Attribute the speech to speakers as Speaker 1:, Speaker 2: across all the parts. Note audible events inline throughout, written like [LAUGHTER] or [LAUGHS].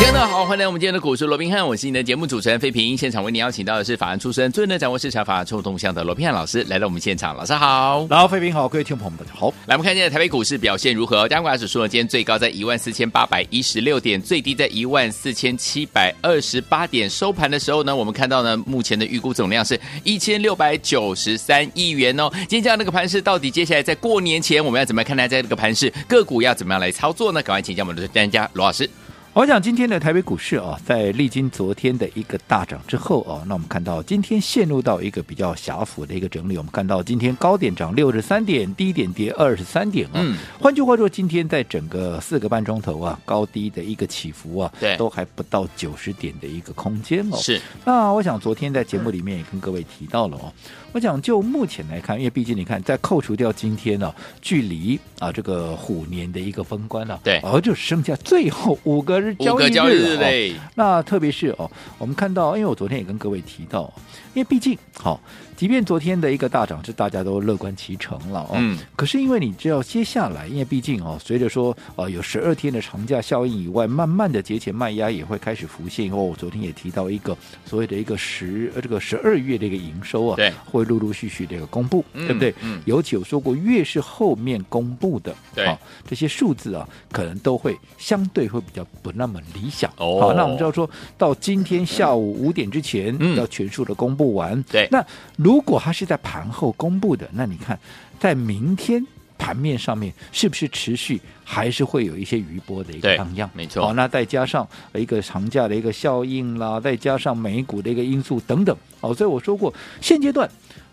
Speaker 1: 大家好，欢迎来我们今天的股市罗宾汉，我是你的节目主持人费平。现场为您邀请到的是法案出身、最能掌握市场法案冲动向的罗宾汉老师，来到我们现场，老师好。
Speaker 2: 然后，费平好，各位听众朋友们，大家好。
Speaker 1: 来，我们看一下台北股市表现如何？加权指数呢，今天最高在14,816点，最低在14,728点。收盘的时候呢，我们看到呢，目前的预估总量是1,693亿元哦。今天这样的一个盘势，到底接下来在过年前我们要怎么看待这个盘势？个股要怎么样来操作呢？赶快请教我们的专家罗老师。
Speaker 2: 我想今天的台北股市啊，在历经昨天的一个大涨之后啊，那我们看到今天陷入到一个比较狭幅的一个整理。我们看到今天高点涨六十三点，低点跌二十三点啊。
Speaker 1: 嗯
Speaker 2: 换句话说，今天在整个四个半钟头啊，高低的一个起伏啊，
Speaker 1: 对
Speaker 2: 都还不到九十点的一个空间哦。
Speaker 1: 是，
Speaker 2: 那我想昨天在节目里面也跟各位提到了哦，我想就目前来看，因为毕竟你看，在扣除掉今天呢、距离啊这个虎年的一个封关了、
Speaker 1: 对
Speaker 2: 而、就剩下最后五个日
Speaker 1: 五
Speaker 2: 交易
Speaker 1: 个
Speaker 2: 日
Speaker 1: 交易日
Speaker 2: 了哦
Speaker 1: 嘞。
Speaker 2: 那特别是哦，我们看到，因为我昨天也跟各位提到哦，因为毕竟好、即便昨天的一个大涨是大家都乐观其成了哦，
Speaker 1: 嗯
Speaker 2: 可是因为你知道接下来，因为毕竟哦，随着说呃有十二天的长假效应以外，慢慢的节前卖压也会开始浮现。因为我昨天也提到一个所谓的一个十呃这个十二月的一个营收啊，
Speaker 1: 对
Speaker 2: 会陆陆续续的一个公布，
Speaker 1: 嗯
Speaker 2: 对不对？
Speaker 1: 嗯
Speaker 2: 尤其有说过，越是后面公布的，
Speaker 1: 对
Speaker 2: 好这些数字啊，可能都会相对会比较不那么理想。
Speaker 1: 哦
Speaker 2: 好，那我们知道说到今天下午五点之前、
Speaker 1: 嗯
Speaker 2: 要全数的公布完。
Speaker 1: 对
Speaker 2: 那如果它是在盘后公布的，那你看在明天。盘面上面是不是持续还是会有一些余波的一
Speaker 1: 对
Speaker 2: 个荡漾？
Speaker 1: 嗯没错
Speaker 2: 好、那再加上呃一个长假的一个效应啦，再加上美股的一个因素等等，哦，所以我说过，现阶段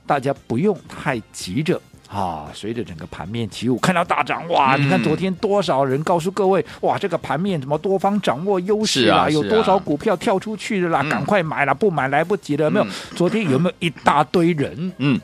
Speaker 2: 大家不用太急着。啊，随着整个盘面起舞，看到大涨哇！
Speaker 1: 嗯
Speaker 2: 你看昨天多少人告诉各位，哇，这个盘面怎么多方掌握优势啦？
Speaker 1: 是啊
Speaker 2: 有
Speaker 1: 是啊
Speaker 2: 多少股票跳出去的啦？
Speaker 1: 嗯
Speaker 2: 赶快买啦，不买来不及了，有没有？
Speaker 1: 嗯
Speaker 2: 昨天有没有一大堆人
Speaker 1: 嗯，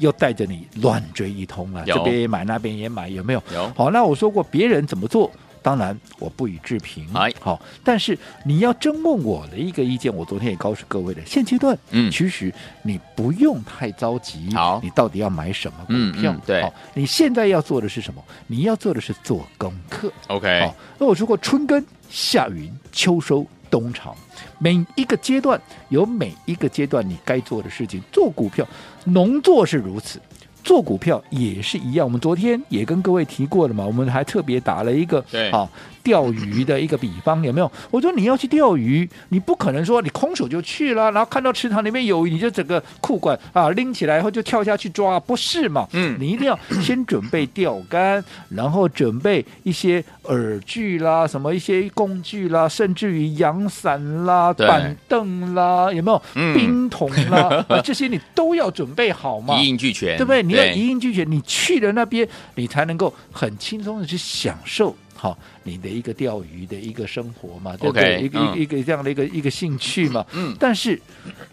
Speaker 2: 又带着你乱追一通了？
Speaker 1: 有
Speaker 2: 这边也买，那边也买，有没有？
Speaker 1: 有
Speaker 2: 好，那我说过别人怎么做，当然我不予置评。
Speaker 1: 哎
Speaker 2: 好，但是你要征问我的一个意见，我昨天也告诉各位的，现阶段，
Speaker 1: 嗯
Speaker 2: 其实你不用太着急。
Speaker 1: 好
Speaker 2: 你到底要买什么
Speaker 1: 嗯
Speaker 2: 股票？
Speaker 1: 嗯对
Speaker 2: 好，你现在要做的是什么？你要做的是做功课。
Speaker 1: OK，
Speaker 2: 好，那我说过春耕、夏耘、秋收、冬藏，每一个阶段有每一个阶段你该做的事情。做股票，农作是如此。做股票也是一样，我们昨天也跟各位提过了嘛，我们还特别打了一个
Speaker 1: 对
Speaker 2: 啊钓鱼的一个比方，有没 [COUGHS] 有？我说你要去钓鱼，你不可能说你空手就去了，然后看到池塘里面有鱼，你就整个裤管啊拎起来，然后就跳下去抓，不是嘛？
Speaker 1: 嗯
Speaker 2: 你一定要先准备钓竿，然后准备一些饵具啦，什么一些工具啦，甚至于阳伞啦、
Speaker 1: 对
Speaker 2: 板凳啦，有没有？
Speaker 1: 嗯
Speaker 2: 冰桶啦、
Speaker 1: [LAUGHS]
Speaker 2: 啊这些你都要准备好嘛。
Speaker 1: 一应俱全，
Speaker 2: 对不对？你要一应俱全，你去了那边，你才能够很轻松的去享受好你的一个钓鱼的一个生活嘛，对不对
Speaker 1: OK，
Speaker 2: 一个、
Speaker 1: 嗯
Speaker 2: 一个一个这样的一个一个兴趣嘛。
Speaker 1: 嗯
Speaker 2: 但是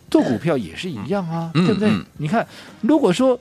Speaker 2: 做股票也是一样啊，
Speaker 1: 嗯
Speaker 2: 对不对？
Speaker 1: 嗯
Speaker 2: 你看，如果说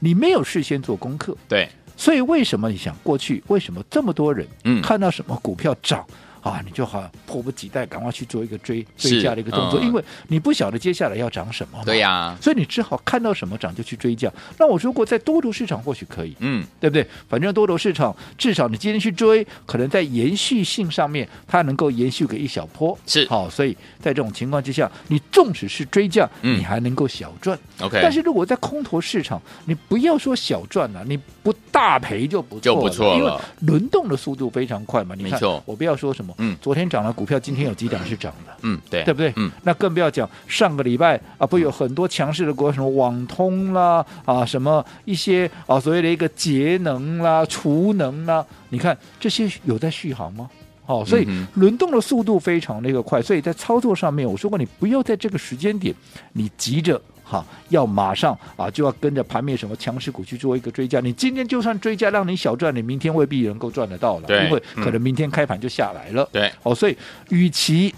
Speaker 2: 你没有事先做功课，
Speaker 1: 对，
Speaker 2: 所以为什么你想过去？为什么这么多人
Speaker 1: 嗯
Speaker 2: 看到什么股票涨、啊，你就好像迫不及待赶快去做一个追
Speaker 1: 是
Speaker 2: 追加的一个动作，
Speaker 1: 嗯
Speaker 2: 因为你不晓得接下来要涨什么嘛。
Speaker 1: 对呀、
Speaker 2: 所以你只好看到什么涨就去追价。那我说过，在多头市场或许可以，
Speaker 1: 嗯，
Speaker 2: 对不对？反正多头市场至少你今天去追，可能在延续性上面它能够延续个一小波，
Speaker 1: 是
Speaker 2: 好。所以在这种情况之下，你纵使是追价，
Speaker 1: 嗯
Speaker 2: 你还能够小赚。
Speaker 1: OK
Speaker 2: 但是如果在空头市场，你不要说小赚了、你不大赔就不错
Speaker 1: 就不错了
Speaker 2: 因为轮动的速度非常快嘛。你看
Speaker 1: 没错
Speaker 2: 我不要说什么，
Speaker 1: 嗯
Speaker 2: 昨天涨了股票，今天有几档是涨的。
Speaker 1: 嗯，对，
Speaker 2: 对不对？
Speaker 1: 嗯，
Speaker 2: 那更不要讲上个礼拜啊，不有很多强势的股，什么网通啦，啊，什么一些啊所谓的一个节能啦、储能啦，你看这些有在续航吗？哦，所以
Speaker 1: 嗯哼
Speaker 2: 轮动的速度非常那个快，所以在操作上面，我说过你不要在这个时间点，你急着哈、要马上啊就要跟着盘面什么强势股去做一个追加，你今天就算追加让你小赚，你明天未必能够赚得到了，
Speaker 1: 对
Speaker 2: 因为
Speaker 1: 嗯
Speaker 2: 可能明天开盘就下来了。
Speaker 1: 对，
Speaker 2: 哦，所以与其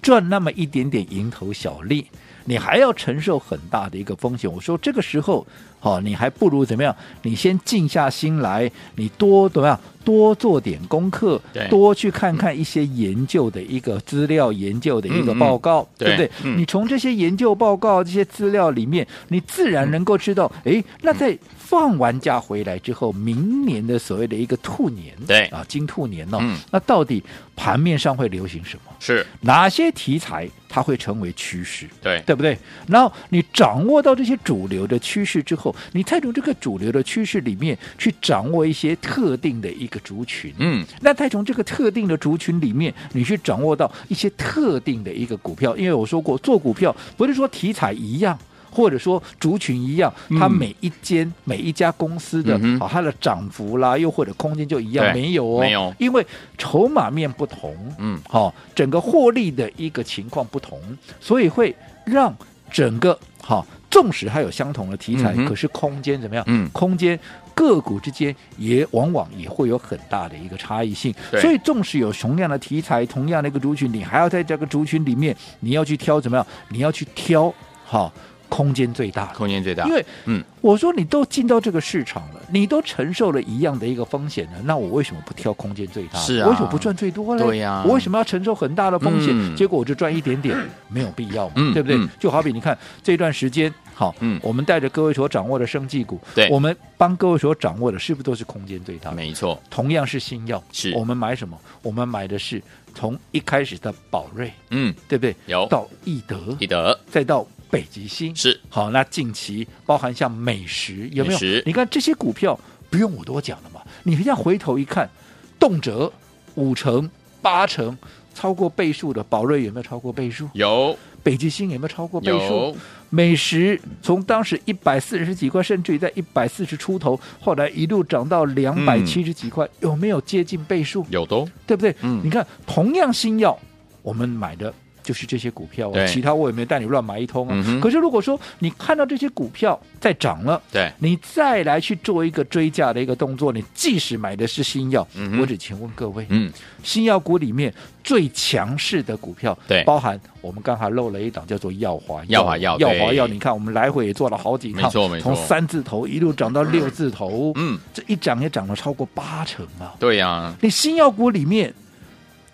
Speaker 2: 赚那么一点点蝇头小利，你还要承受很大的一个风险。我说这个时候，好、你还不如怎么样？你先静下心来，你多怎么样？多做点功课
Speaker 1: 对，
Speaker 2: 多去看看一些研究的一个资料、研究的一个
Speaker 1: 嗯嗯
Speaker 2: 报告，
Speaker 1: 对
Speaker 2: 对不对？
Speaker 1: 嗯
Speaker 2: 你从这些研究报告、这些资料里面，你自
Speaker 1: 嗯
Speaker 2: 然能够知道，哎、那在放完假回来之后，明年的所谓的一个兔年，
Speaker 1: 对
Speaker 2: 啊，金兔年哦，
Speaker 1: 嗯
Speaker 2: 那到底盘面上会流行什么？
Speaker 1: 是
Speaker 2: 哪些题材它会成为趋势？
Speaker 1: 对，
Speaker 2: 对不对？然后你掌握到这些主流的趋势之后，你再从这个主流的趋势里面去掌握一些特定的一个族群，
Speaker 1: 嗯，
Speaker 2: 那再从这个特定的族群里面，你去掌握到一些特定的一个股票，因为我说过，做股票不是说题材一样。或者说族群一样，它每一间、每一家公司的、
Speaker 1: 嗯嗯哼
Speaker 2: 啊，它的涨幅啦，又或者空间就一样，
Speaker 1: 对
Speaker 2: 没有哦，
Speaker 1: 没有
Speaker 2: 因为筹码面不同，
Speaker 1: 嗯，
Speaker 2: 好、整个获利的一个情况不同，所以会让整个好、纵使它有相同的题材，
Speaker 1: 嗯哼
Speaker 2: 可是空间怎么样？
Speaker 1: 嗯
Speaker 2: 空间个股之间也往往也会有很大的一个差异性
Speaker 1: 对。
Speaker 2: 所以，纵使有同样的题材、同样的一个族群，你还要在这个族群里面，你要去挑怎么样？你要去挑好、空间最大的。
Speaker 1: 空间最大
Speaker 2: 因，为
Speaker 1: 嗯，
Speaker 2: 我说你都进到这个市场了，你都承受了一样的一个风险了，那我为什么不挑空间最大的？
Speaker 1: 是啊
Speaker 2: 我为什么不赚最多嘞？
Speaker 1: 对呀
Speaker 2: 我为什么要承受很大的风险？
Speaker 1: 嗯
Speaker 2: 结果我就赚一点
Speaker 1: [COUGHS]
Speaker 2: 点，没有必要嘛，
Speaker 1: 嗯
Speaker 2: 对不对？
Speaker 1: 嗯
Speaker 2: 就好比你看这段时间。好，
Speaker 1: 嗯
Speaker 2: 我们带着各位所掌握的生技股，
Speaker 1: 对
Speaker 2: 我们帮各位所掌握的，是不是都是空间最大的？
Speaker 1: 没错，
Speaker 2: 同样是新药，
Speaker 1: 是
Speaker 2: 我们买什么？我们买的是从一开始的宝瑞，
Speaker 1: 嗯，
Speaker 2: 对不对？
Speaker 1: 有
Speaker 2: 到易德，
Speaker 1: 记得
Speaker 2: 再到北极星，
Speaker 1: 是
Speaker 2: 好，那近期包含像美食有没
Speaker 1: 美
Speaker 2: 有
Speaker 1: 食？
Speaker 2: 你看这些股票不用我多讲了嘛，你现在回头一看，动辄五成、八成，超过倍数的宝瑞有没有超过倍数？
Speaker 1: 有
Speaker 2: 北极星有没有超过倍数
Speaker 1: 有？
Speaker 2: 美食从当时一百四十几块，甚至于在一百四十出头，后来一路涨到两百七十几块，有没有接近倍数？
Speaker 1: 有的哦，
Speaker 2: 对不对？
Speaker 1: 嗯
Speaker 2: 你看，同样新药，我们买的就是这些股票啊
Speaker 1: 对，
Speaker 2: 其他我也没带你乱买一通啊。
Speaker 1: 嗯哼
Speaker 2: 可是如果说你看到这些股票在涨了，
Speaker 1: 对，
Speaker 2: 你再来去做一个追价的一个动作，你即使买的是新药，
Speaker 1: 嗯哼
Speaker 2: 我只请问各位，
Speaker 1: 嗯，
Speaker 2: 新药股里面最强势的股票，
Speaker 1: 对
Speaker 2: 包含我们刚才漏了一档叫做耀华
Speaker 1: 耀华药
Speaker 2: 耀华
Speaker 1: 对
Speaker 2: 药，你看我们来回也做了好几趟，
Speaker 1: 没错没错
Speaker 2: 从三字头一路涨到六字头，
Speaker 1: 嗯，
Speaker 2: 这一涨也涨了超过八成啊，
Speaker 1: 对呀，
Speaker 2: 你新药股里面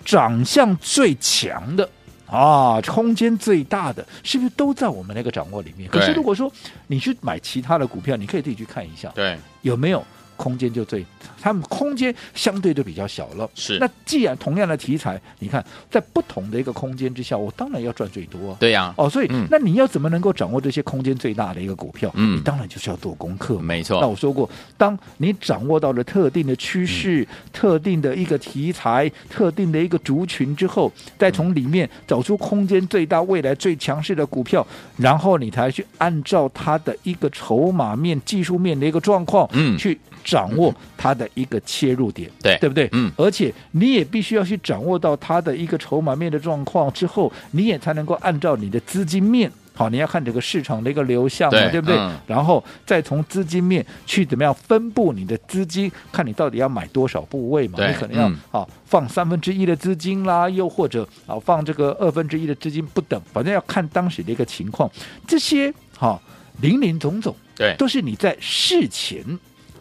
Speaker 2: 长相最强的啊，空间最大的，是不是都在我们那个掌握里面？
Speaker 1: 对
Speaker 2: 可是如果说你去买其他的股票，你可以自己去看一下
Speaker 1: 对，
Speaker 2: 有没有。空间就最，他们空间相对就比较小了。
Speaker 1: 是
Speaker 2: 那既然同样的题材，你看在不同的一个空间之下，我当然要赚最多啊。
Speaker 1: 对呀，
Speaker 2: 哦，所以、
Speaker 1: 嗯
Speaker 2: 那你要怎么能够掌握这些空间最大的一个股票？
Speaker 1: 嗯
Speaker 2: 你当然就是要做功课嘛。
Speaker 1: 没
Speaker 2: 哦那
Speaker 1: 错，
Speaker 2: 我说过，当你掌握到了特定的趋势、特定的一个题材、特定的一个族群之后，再从里面找出空间最大、未来最强势的股票，然后你才去按照它的一个筹码面、技术面的一个状况，
Speaker 1: 嗯
Speaker 2: 去掌握它的一个切入点，
Speaker 1: 对
Speaker 2: 对不对？
Speaker 1: 嗯
Speaker 2: 而且你也必须要去掌握到它的一个筹码面的状况之后，你也才能够按照你的资金面。好，你要看整个市场的一个流向嘛，
Speaker 1: 对
Speaker 2: 对不对？
Speaker 1: 嗯
Speaker 2: 然后再从资金面去怎么样分布你的资金，看你到底要买多少部位嘛。
Speaker 1: 对
Speaker 2: 你可能要、
Speaker 1: 嗯
Speaker 2: 啊放三分之一的资金啦，又或者啊放这个二分之一的资金不等，反正要看当时的一个情况。这些哈、林林总总
Speaker 1: 对，
Speaker 2: 都是你在事前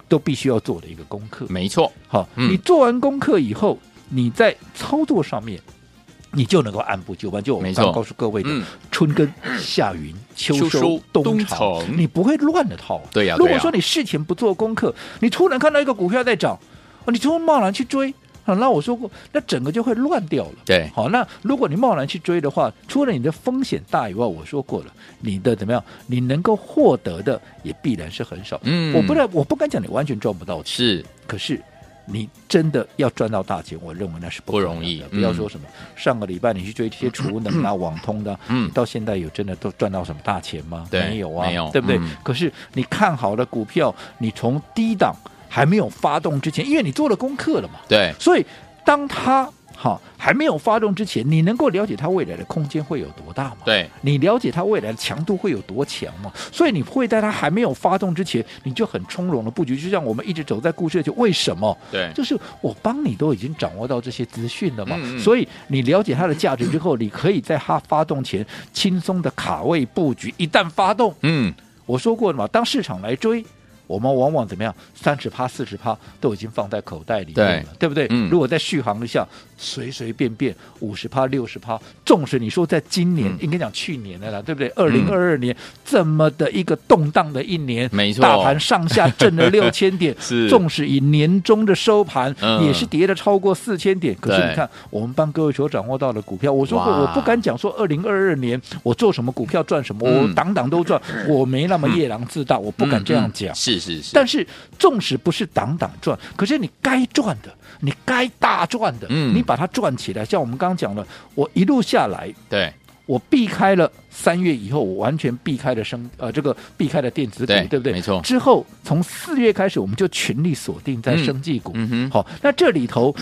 Speaker 2: 都必须要做的一个功课。
Speaker 1: 没错，
Speaker 2: 好，
Speaker 1: 嗯
Speaker 2: 你做完功课以后，你在操作上面。你就能够按部就班，就我
Speaker 1: 没
Speaker 2: 们
Speaker 1: 错
Speaker 2: 刚刚告诉各位的，
Speaker 1: 嗯
Speaker 2: 春耕、夏耘、秋
Speaker 1: 秋收
Speaker 2: 收、冬
Speaker 1: 冬
Speaker 2: 藏
Speaker 1: 藏，
Speaker 2: 你不会乱了套、啊
Speaker 1: 对呀
Speaker 2: 如
Speaker 1: 对
Speaker 2: 果
Speaker 1: 呀
Speaker 2: 说你事前不做功课，你突然看到一个股票在涨，哦你突然贸然去追，啊，那我说过，那整个就会乱掉了。
Speaker 1: 对，
Speaker 2: 好，那如果你贸然去追的话，除了你的风险大以外，我说过了，你的怎么样，你能够获得的也必然是很少。
Speaker 1: 嗯
Speaker 2: 我不能，我不敢讲你完全赚不到钱，
Speaker 1: 是，
Speaker 2: 可是。你真的要赚到大钱，我认为那是不
Speaker 1: 不
Speaker 2: 可
Speaker 1: 容
Speaker 2: 能的
Speaker 1: 易
Speaker 2: 不要
Speaker 1: 嗯
Speaker 2: 说什么、上个礼拜你去追这些储能
Speaker 1: [CLEARS THROAT]
Speaker 2: 啊、网通的啊，
Speaker 1: 嗯
Speaker 2: 你到现在有真的都赚到什么大钱吗？
Speaker 1: 对
Speaker 2: 没有啊，
Speaker 1: 没有
Speaker 2: 对不对？
Speaker 1: 嗯
Speaker 2: 可是你看好的股票，你从低档还没有发动之前，因为你做了功课了嘛，
Speaker 1: 对，
Speaker 2: 所以当它好，还没有发动之前，你能够了解它未来的空间会有多大吗？
Speaker 1: 对，
Speaker 2: 你了解它未来的强度会有多强吗？所以你会在它还没有发动之前，你就很从容的布局，就像我们一直走在故事就为什么？
Speaker 1: 对
Speaker 2: 就是我帮你都已经掌握到这些资讯了嘛，
Speaker 1: 嗯嗯
Speaker 2: 所以你了解它的价值之后，你可以在它发动前轻松的卡位布局，一旦发动，
Speaker 1: 嗯，
Speaker 2: 我说过了嘛，当市场来追，我们往往怎么样，三十趴、四十趴都已经放在口袋里面了，对不对？
Speaker 1: 嗯
Speaker 2: 如果在续航一下，随随便便五十趴、六十趴，纵使你说在今年，
Speaker 1: 嗯
Speaker 2: 应该讲去年的啦，对不对？二零二二年、这么的一个动荡的一年，
Speaker 1: 没错
Speaker 2: 大盘上下
Speaker 1: [LAUGHS]
Speaker 2: 震了六千点，
Speaker 1: 是
Speaker 2: 纵使以年终的收盘、
Speaker 1: 嗯
Speaker 2: 也是跌了超过四千点，可是
Speaker 1: 对
Speaker 2: 你看，我们帮各位所掌握到的股票，我说过，
Speaker 1: 哇
Speaker 2: 我不敢讲说二零二二年我做什么股票赚什么，
Speaker 1: 嗯
Speaker 2: 我档档都
Speaker 1: [LAUGHS]
Speaker 2: 赚，我没那么夜郎自大，我不敢这样讲
Speaker 1: 嗯嗯。是是是，
Speaker 2: 但是，纵使不是档档赚，可是你该赚的，你该大赚的，
Speaker 1: 嗯
Speaker 2: 你把它赚起来。像我们刚刚讲了，我一路下来，
Speaker 1: 对，
Speaker 2: 我避开了三月以后，我完全避开了生呃这个避开了电子股，
Speaker 1: 对
Speaker 2: 对不对？
Speaker 1: 没错
Speaker 2: 之后从四月开始，我们就全力锁定在
Speaker 1: 嗯
Speaker 2: 生技股。
Speaker 1: 嗯哼
Speaker 2: 好，那这里头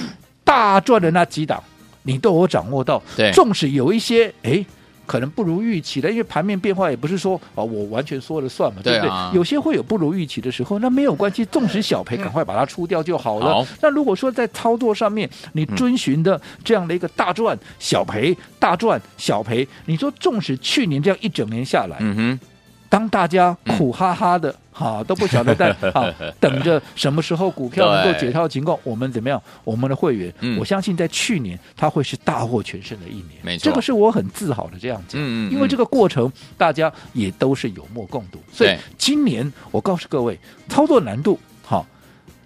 Speaker 2: 大赚的那几档，你都有掌握到。
Speaker 1: 对
Speaker 2: 纵使有一些哎。可能不如预期的，因为盘面变化也不是说啊、我完全说了算嘛，
Speaker 1: 对啊
Speaker 2: 不对？有些会有不如预期的时候，那没有关系，纵使小赔，赶快把它出掉就好了。
Speaker 1: 嗯好嗯
Speaker 2: 那如果说在操作上面，你遵循的这样的一个大赚小赔、大赚小赔，你说纵使去年这样一整年下来，
Speaker 1: 嗯哼，
Speaker 2: 当大家苦哈哈
Speaker 1: 嗯
Speaker 2: 的哈、都不晓
Speaker 1: [LAUGHS]
Speaker 2: 得在啊等着什么时候股票能够解套的情况，我们怎么样？我们的会员，
Speaker 1: 嗯
Speaker 2: 我相信在去年他会是大获全胜的一年，
Speaker 1: 没错
Speaker 2: 这个是我很自豪的这样讲，
Speaker 1: 嗯嗯嗯
Speaker 2: 因为这个过程大家也都是有目共睹，所以
Speaker 1: 对
Speaker 2: 今年我告诉各位，操作难度好、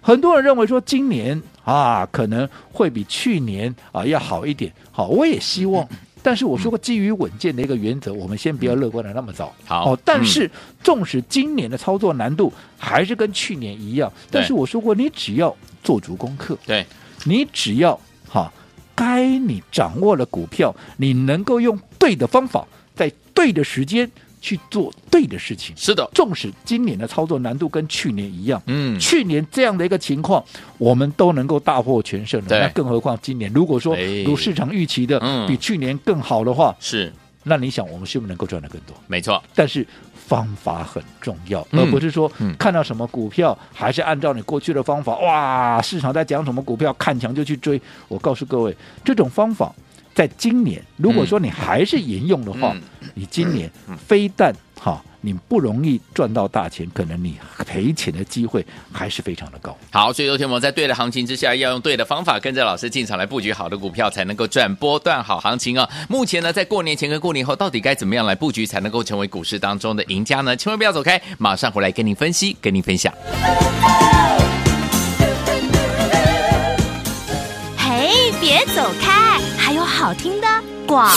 Speaker 2: 很多人认为说今年啊可能会比去年啊要好一点，好，我也希望。
Speaker 1: 嗯
Speaker 2: 但是我说过，基于稳健的一个原则，我们先不要乐观的那么早。
Speaker 1: 好
Speaker 2: 哦，但
Speaker 1: 嗯
Speaker 2: 是纵使今年的操作难度还是跟去年一样，但
Speaker 1: 对
Speaker 2: 是我说过，你只要做足功课，
Speaker 1: 对，
Speaker 2: 你只要哈，该你掌握了股票，你能够用对的方法，在对的时间去做对的事情。
Speaker 1: 是的，
Speaker 2: 纵使今年的操作难度跟去年一样，
Speaker 1: 嗯，
Speaker 2: 去年这样的一个情况，我们都能够大获全胜了。
Speaker 1: 对
Speaker 2: 那更何况今年，如果说
Speaker 1: 哎
Speaker 2: 如市场预期的
Speaker 1: 嗯
Speaker 2: 比去年更好的话，
Speaker 1: 是
Speaker 2: 那你想我们是不是能够赚得更多？
Speaker 1: 没错，
Speaker 2: 但是方法很重要，
Speaker 1: 嗯
Speaker 2: 而不是说
Speaker 1: 嗯
Speaker 2: 看到什么股票、还是按照你过去的方法，哇，市场在讲什么股票，看强就去追。我告诉各位，这种方法在今年，如果说你还是沿用的话，
Speaker 1: 嗯
Speaker 2: 你今年非但哈。你不容易赚到大钱，可能你赔钱的机会还是非常的高。
Speaker 1: 好，所以昨天我们在对的行情之下，要用对的方法，跟着老师进场来布局好的股票，才能够赚波段好行情哦。目前呢，在过年前跟过年后，到底该怎么样来布局，才能够成为股市当中的赢家呢？千万不要走开，马上回来跟您分析，跟您分享。
Speaker 3: 嘿，别走开，还有好听的广。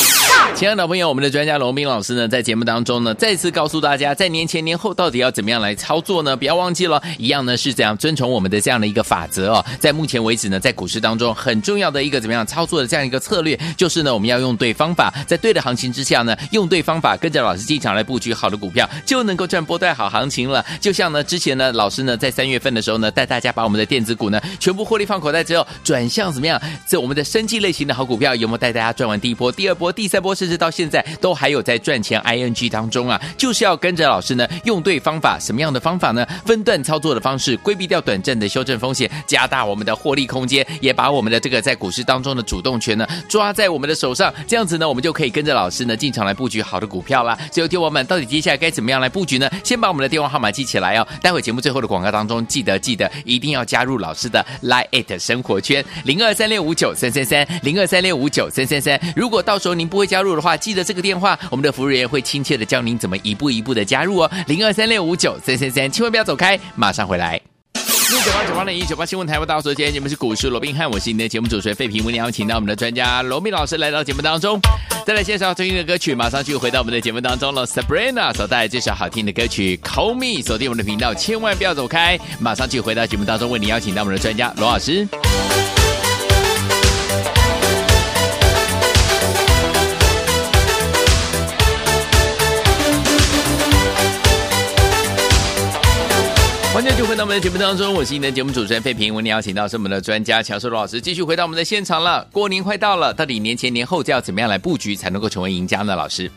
Speaker 1: 亲爱的朋友，我们的专家龙斌老师呢，在节目当中呢，再次告诉大家，在年前年后到底要怎么样来操作呢？不要忘记了，一样呢是怎样遵从我们的这样的一个法则哦。在目前为止呢，在股市当中很重要的一个怎么样操作的这样一个策略，就是呢我们要用对方法，在对的行情之下呢，用对方法，跟着老师进场来布局好的股票，就能够赚波段好行情了。就像呢之前呢，老师呢在三月份的时候呢，带大家把我们的电子股呢全部获利放口袋之后，转向怎么样？这我们的生技类型的好股票有没有带大家赚完第一波、第二波、第三波，甚至到现在都还有在赚钱 ING 当中啊？就是要跟着老师呢，用对方法，什么样的方法呢？分段操作的方式，规避掉短暂的修正风险，加大我们的获利空间，也把我们的这个在股市当中的主动权呢抓在我们的手上。这样子呢，我们就可以跟着老师呢进场来布局好的股票啦。所以，听我们到底接下来该怎么样来布局呢？先把我们的电话号码记起来哦。待会节目最后的广告当中，记得记得一定要加入老师的 Line at 生活圈零二三六五九三三三零二三六五九三三三。如果到时候您不会加入的话，记得这个电话，我们的服务人员会亲切的教您怎么一步一步的加入哦。零二三六五九三三三，千万不要走开，马上回来。六九八九八零一九八新闻台，我大家所今天节目是股市罗宾汉，我是你的节目主持人费平，为你邀请到我们的专家罗密老师来到节目当中。再来介绍最新的歌曲，马上就回到我们的节目当中了。Sabrina 所带来这首好听的歌曲《Call Me》，锁定我们的频道，千万不要走开，马上就回到节目当中，为你邀请到我们的专家罗老师。欢迎就回回到我们的节目当中，我是你的节目主持人费平。我们邀请到是我们的专家乔硕罗老师，继续回到我们的现场了。过年快到了，到底年前年后就要怎么样来布局才能够成为赢家呢？老师，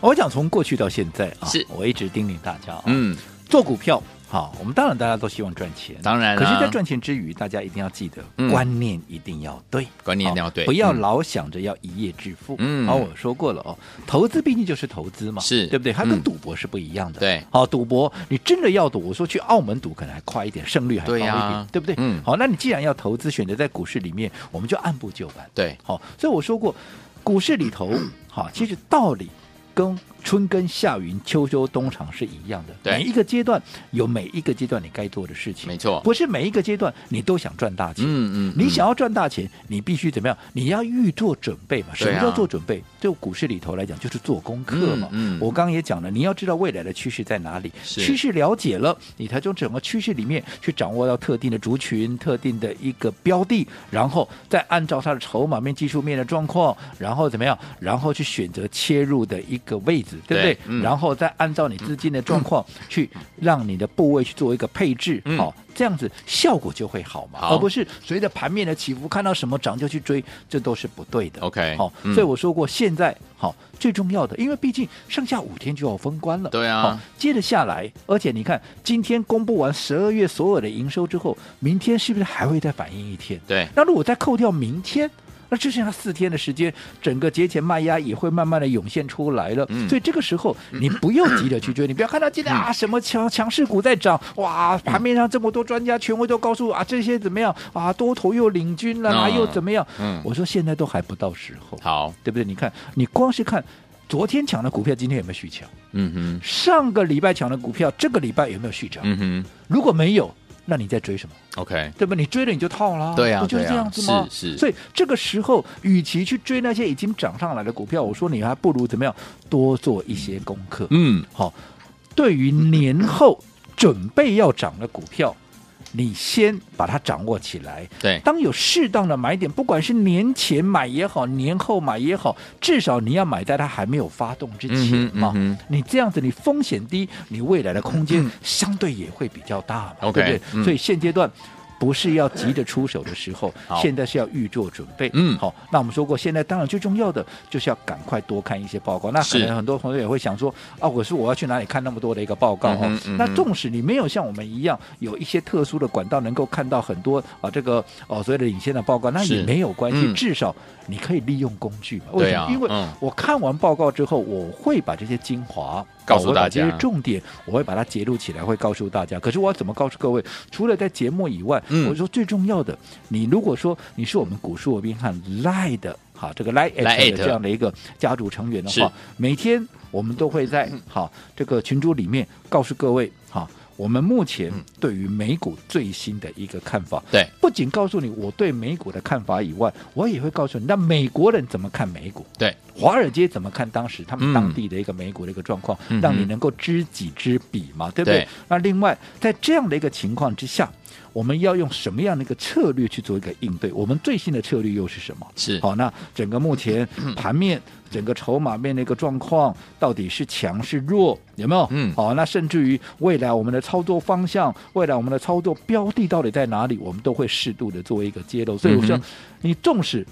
Speaker 2: 我讲从过去到现在啊，
Speaker 1: 是
Speaker 2: 我一直叮咛大家啊，
Speaker 1: 嗯，
Speaker 2: 做股票。好，我们当然大家都希望赚钱，
Speaker 1: 当然啊
Speaker 2: 可是，在赚钱之余，大家一定要记得、
Speaker 1: 嗯
Speaker 2: 观念一定要对，
Speaker 1: 观念一定要对
Speaker 2: 好不要
Speaker 1: 嗯
Speaker 2: 老想着要一夜致富。
Speaker 1: 嗯
Speaker 2: 好，我说过了哦，投资毕竟就是投资嘛，
Speaker 1: 是
Speaker 2: 对不对？它跟
Speaker 1: 嗯
Speaker 2: 赌博是不一样的。
Speaker 1: 对
Speaker 2: 好，赌博你真的要赌，我说去澳门赌可能还快一点，胜率还高
Speaker 1: 对
Speaker 2: 一点，
Speaker 1: 呀
Speaker 2: 对不对？
Speaker 1: 嗯
Speaker 2: 好，那你既然要投资，选择在股市里面，我们就按部就班。
Speaker 1: 对，
Speaker 2: 好，所以我说过，股市里头，好，其实道理跟春耕、夏耘、秋收、冬藏是一样的。
Speaker 1: 对
Speaker 2: 每一个阶段有每一个阶段你该做的事情，
Speaker 1: 没错
Speaker 2: 不是每一个阶段你都想赚大钱。
Speaker 1: 嗯嗯
Speaker 2: 你想要赚大钱，你必须怎么样？你要预做准备嘛。什
Speaker 1: 对啊
Speaker 2: 么叫做准备？就股市里头来讲，就是做功课嘛。
Speaker 1: 嗯嗯
Speaker 2: 我刚刚也讲了，你要知道未来的趋势在哪里，
Speaker 1: 是
Speaker 2: 趋势了解了，你才从整个趋势里面去掌握到特定的族群、特定的一个标的，然后再按照它的筹码面、技术面的状况，然后怎么样？然后去选择切入的一个位置，对不对？
Speaker 1: 对嗯
Speaker 2: 然后再按照你资金的状况去让你的部位去做一个配置，
Speaker 1: 嗯
Speaker 2: 好、这样子效果就会好嘛，
Speaker 1: 好
Speaker 2: 而不是随着盘面的起伏，看到什么涨就去追，这都是不对的。
Speaker 1: OK，
Speaker 2: 好、
Speaker 1: 嗯
Speaker 2: 所以我说过，现在好、最重要的，因为毕竟剩下五天就要封关了，
Speaker 1: 对啊
Speaker 2: 好接着下来，而且你看，今天公布完十二月所有的营收之后，明天是不是还会再反映一天？
Speaker 1: 对，
Speaker 2: 那如果再扣掉明天，那就剩下四天的时间，整个节前卖压也会慢慢的涌现出来了。
Speaker 1: 嗯
Speaker 2: 所以这个时候你不用急着去追，你不要看到今天啊什么强强势股在涨，
Speaker 1: 嗯
Speaker 2: 哇，盘面上这么多专家权威都告诉我啊这些怎么样啊，多头又领军了，
Speaker 1: 嗯
Speaker 2: 啊又怎么样？
Speaker 1: 嗯
Speaker 2: 我说现在都还不到时候，
Speaker 1: 好，
Speaker 2: 对不对？你看，你光是看昨天抢的股票，今天有没有续强？
Speaker 1: 嗯哼，
Speaker 2: 上个礼拜抢的股票，这个礼拜有没有续强？
Speaker 1: 嗯
Speaker 2: 如果没有，那你在追什么？
Speaker 1: 哼，OK，
Speaker 2: 对吧？你追了你就套了，
Speaker 1: 对啊
Speaker 2: 不就是
Speaker 1: 对啊
Speaker 2: 这样子吗？
Speaker 1: 是是
Speaker 2: 所以这个时候，与其去追那些已经涨上来的股票，我说你还不如怎么样，多做一些功课。
Speaker 1: 嗯，
Speaker 2: 好、对于年后准备要涨的股票，你先把它掌握起来。
Speaker 1: 对，
Speaker 2: 当有适当的买点，不管是年前买也好，年后买也好，至少你要买在它还没有发动之前啊
Speaker 1: 嗯哼
Speaker 2: 嘛。
Speaker 1: 嗯哼嗯
Speaker 2: 你这样子，你风险低，你未来的空间相对也会比较大嘛，
Speaker 1: OK，
Speaker 2: 对不对？
Speaker 1: 嗯
Speaker 2: 所以现阶段。不是要急着出手的时候
Speaker 1: 好，
Speaker 2: 现在是要预做准备。
Speaker 1: 嗯
Speaker 2: 好，那我们说过，现在当然最重要的就是要赶快多看一些报告。那可
Speaker 1: 是
Speaker 2: 能很多朋友也会想说，啊，我说我要去哪里看那么多的一个报告哦？
Speaker 1: 嗯哼嗯
Speaker 2: 那
Speaker 1: 哼
Speaker 2: 纵使你没有像我们一样有一些特殊的管道能够看到很多啊这个哦所谓的领先的报告，那
Speaker 1: 是
Speaker 2: 也没有关系，
Speaker 1: 嗯
Speaker 2: 至少你可以利用工具嘛。为
Speaker 1: 对
Speaker 2: 什
Speaker 1: 啊
Speaker 2: 么？因为
Speaker 1: 嗯
Speaker 2: 我看完报告之后，我会把这些精华
Speaker 1: 告诉
Speaker 2: 我会把
Speaker 1: 大家
Speaker 2: 这些重点我会把它截录起来，会告诉大家。可是我要怎么告诉各位？除了在节目以外，
Speaker 1: 嗯
Speaker 2: 我说最重要的，你如果说你是我们古树罗宾汉赖的。好，这个 Line
Speaker 1: Line
Speaker 2: 的这样的一个家族成员的
Speaker 1: 是嗯
Speaker 2: 话，每天我们都会在好这个群组里面告诉各位，好，我们目前
Speaker 1: 嗯
Speaker 2: 对于美股最新的一个看法。
Speaker 1: 对，
Speaker 2: 不仅告诉你我对美股的看法以外，我也会告诉你，那美国人怎么看美股？
Speaker 1: 对，
Speaker 2: 华尔街怎么看当时他
Speaker 1: 嗯
Speaker 2: 们当地的一个美股的一个状况，
Speaker 1: 嗯哼
Speaker 2: 让你能够知己知彼嘛，对不对？
Speaker 1: 对
Speaker 2: 那另外，在这样的一个情况之下，我们要用什么样的一个策略去做一个应对？我们最新的策略又是什么？
Speaker 1: 是，
Speaker 2: 好，那整个目
Speaker 1: [CLEARS THROAT]
Speaker 2: 前盘面、整个筹码面的一个状况，到底是强是弱，有没有？
Speaker 1: 嗯
Speaker 2: 好，那甚至于未来我们的操作方向，未来我们的操作标的到底在哪里，我们都会适度的做一个揭露。所以我说，
Speaker 1: 嗯
Speaker 2: 你纵使。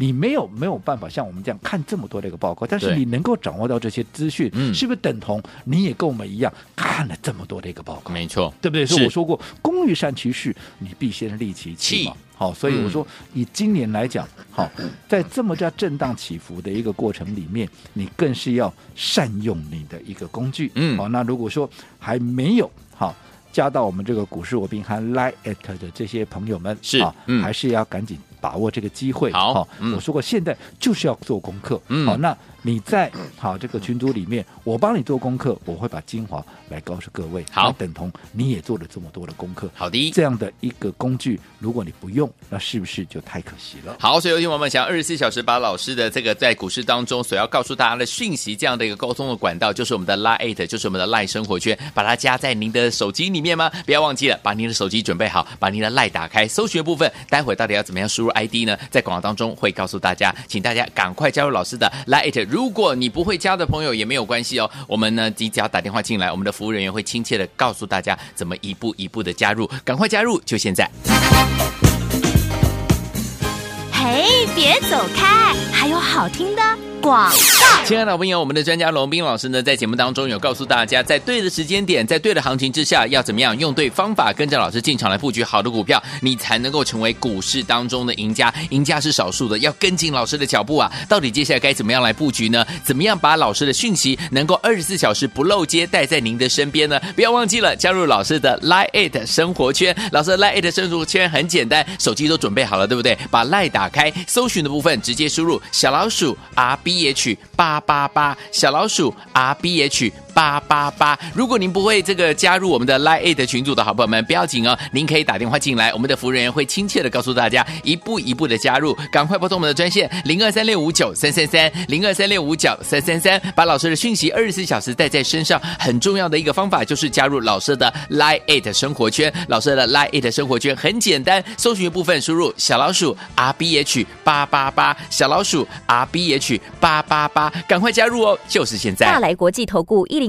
Speaker 2: 你没有没有办法像我们这样看这么多的一个报告，但是
Speaker 1: 对
Speaker 2: 你能够掌握到这些资讯，
Speaker 1: 嗯
Speaker 2: 是不是等同你也跟我们一样看了这么多的一个报告？
Speaker 1: 没错，
Speaker 2: 对不对？
Speaker 1: 是
Speaker 2: 所以我说过，工欲善其事，你必先利其器嘛
Speaker 1: 器。
Speaker 2: 好，所
Speaker 1: 嗯
Speaker 2: 以我说，以今年来讲，好，在这么叫震荡起伏的一个过程里面，你更是要善用你的一个工具。
Speaker 1: 嗯
Speaker 2: 好，那如果说还没有好加到我们这个股市我兵和 Line at 的这些朋友们，
Speaker 1: 是
Speaker 2: 啊
Speaker 1: 嗯
Speaker 2: 还是要赶紧把握这个机会。
Speaker 1: 好嗯
Speaker 2: 我说过，现在就是要做功课。
Speaker 1: 嗯
Speaker 2: 好，那你在好这个群组里面，我帮你做功课，我会把精华来告诉各位。
Speaker 1: 好
Speaker 2: 那等同你也做了这么多的功课，
Speaker 1: 好的，
Speaker 2: 这样的一个工具，如果你不用，那是不是就太可惜了？
Speaker 1: 好，所以有听我们想二十四小时把老师的这个在股市当中所要告诉大家的讯息，这样的一个沟通的管道，就是我们的 Line，就是我们的 Line 生活圈，把它加在您的手机里面吗？不要忘记了，把您的手机准备好，把您的 Line 打开，搜寻部分，待会到底要怎么样输入入 ID 呢，在广告当中会告诉大家，请大家赶快加入老师的 Lite。如果你不会加的朋友也没有关系哦，我们呢，你只要打电话进来，我们的服务人员会亲切的告诉大家怎么一步一步的加入，赶快加入，就现在。
Speaker 3: 嘿，别走开，还有好听的广。
Speaker 1: 亲爱的朋友我们的专家龙斌老师呢，在节目当中有告诉大家，在对的时间点，在对的行情之下，要怎么样用对方法，跟着老师进场来布局好的股票，你才能够成为股市当中的赢家。赢家是少数的，要跟紧老师的脚步啊！到底接下来该怎么样来布局呢？怎么样把老师的讯息能够二十四小时不漏接带在您的身边呢？不要忘记了加入老师的 Line It 生活圈，老师的 Line It 生活圈很简单，手机都准备好了，对不对？把 Line 打开，搜寻的部分直接输入小老鼠 R B H 八八八，小老鼠 R B H。八八八。如果您不会这个加入我们的 Line 的群组的好朋友们，不要紧哦，您可以打电话进来，我们的服务人员会亲切的告诉大家一步一步的加入。赶快拨通我们的专线零二三六五九三三三零二三六五九三三三，把老师的讯息二十四小时带在身上。很重要的一个方法就是加入老师的 Line It 生活圈，老师的 Line It 生活圈很简单，搜寻的部分输入小老鼠 R B H 八八八，小老鼠 R B H 八八八，赶快加入哦，就是现在。
Speaker 4: 大来国际投顾一零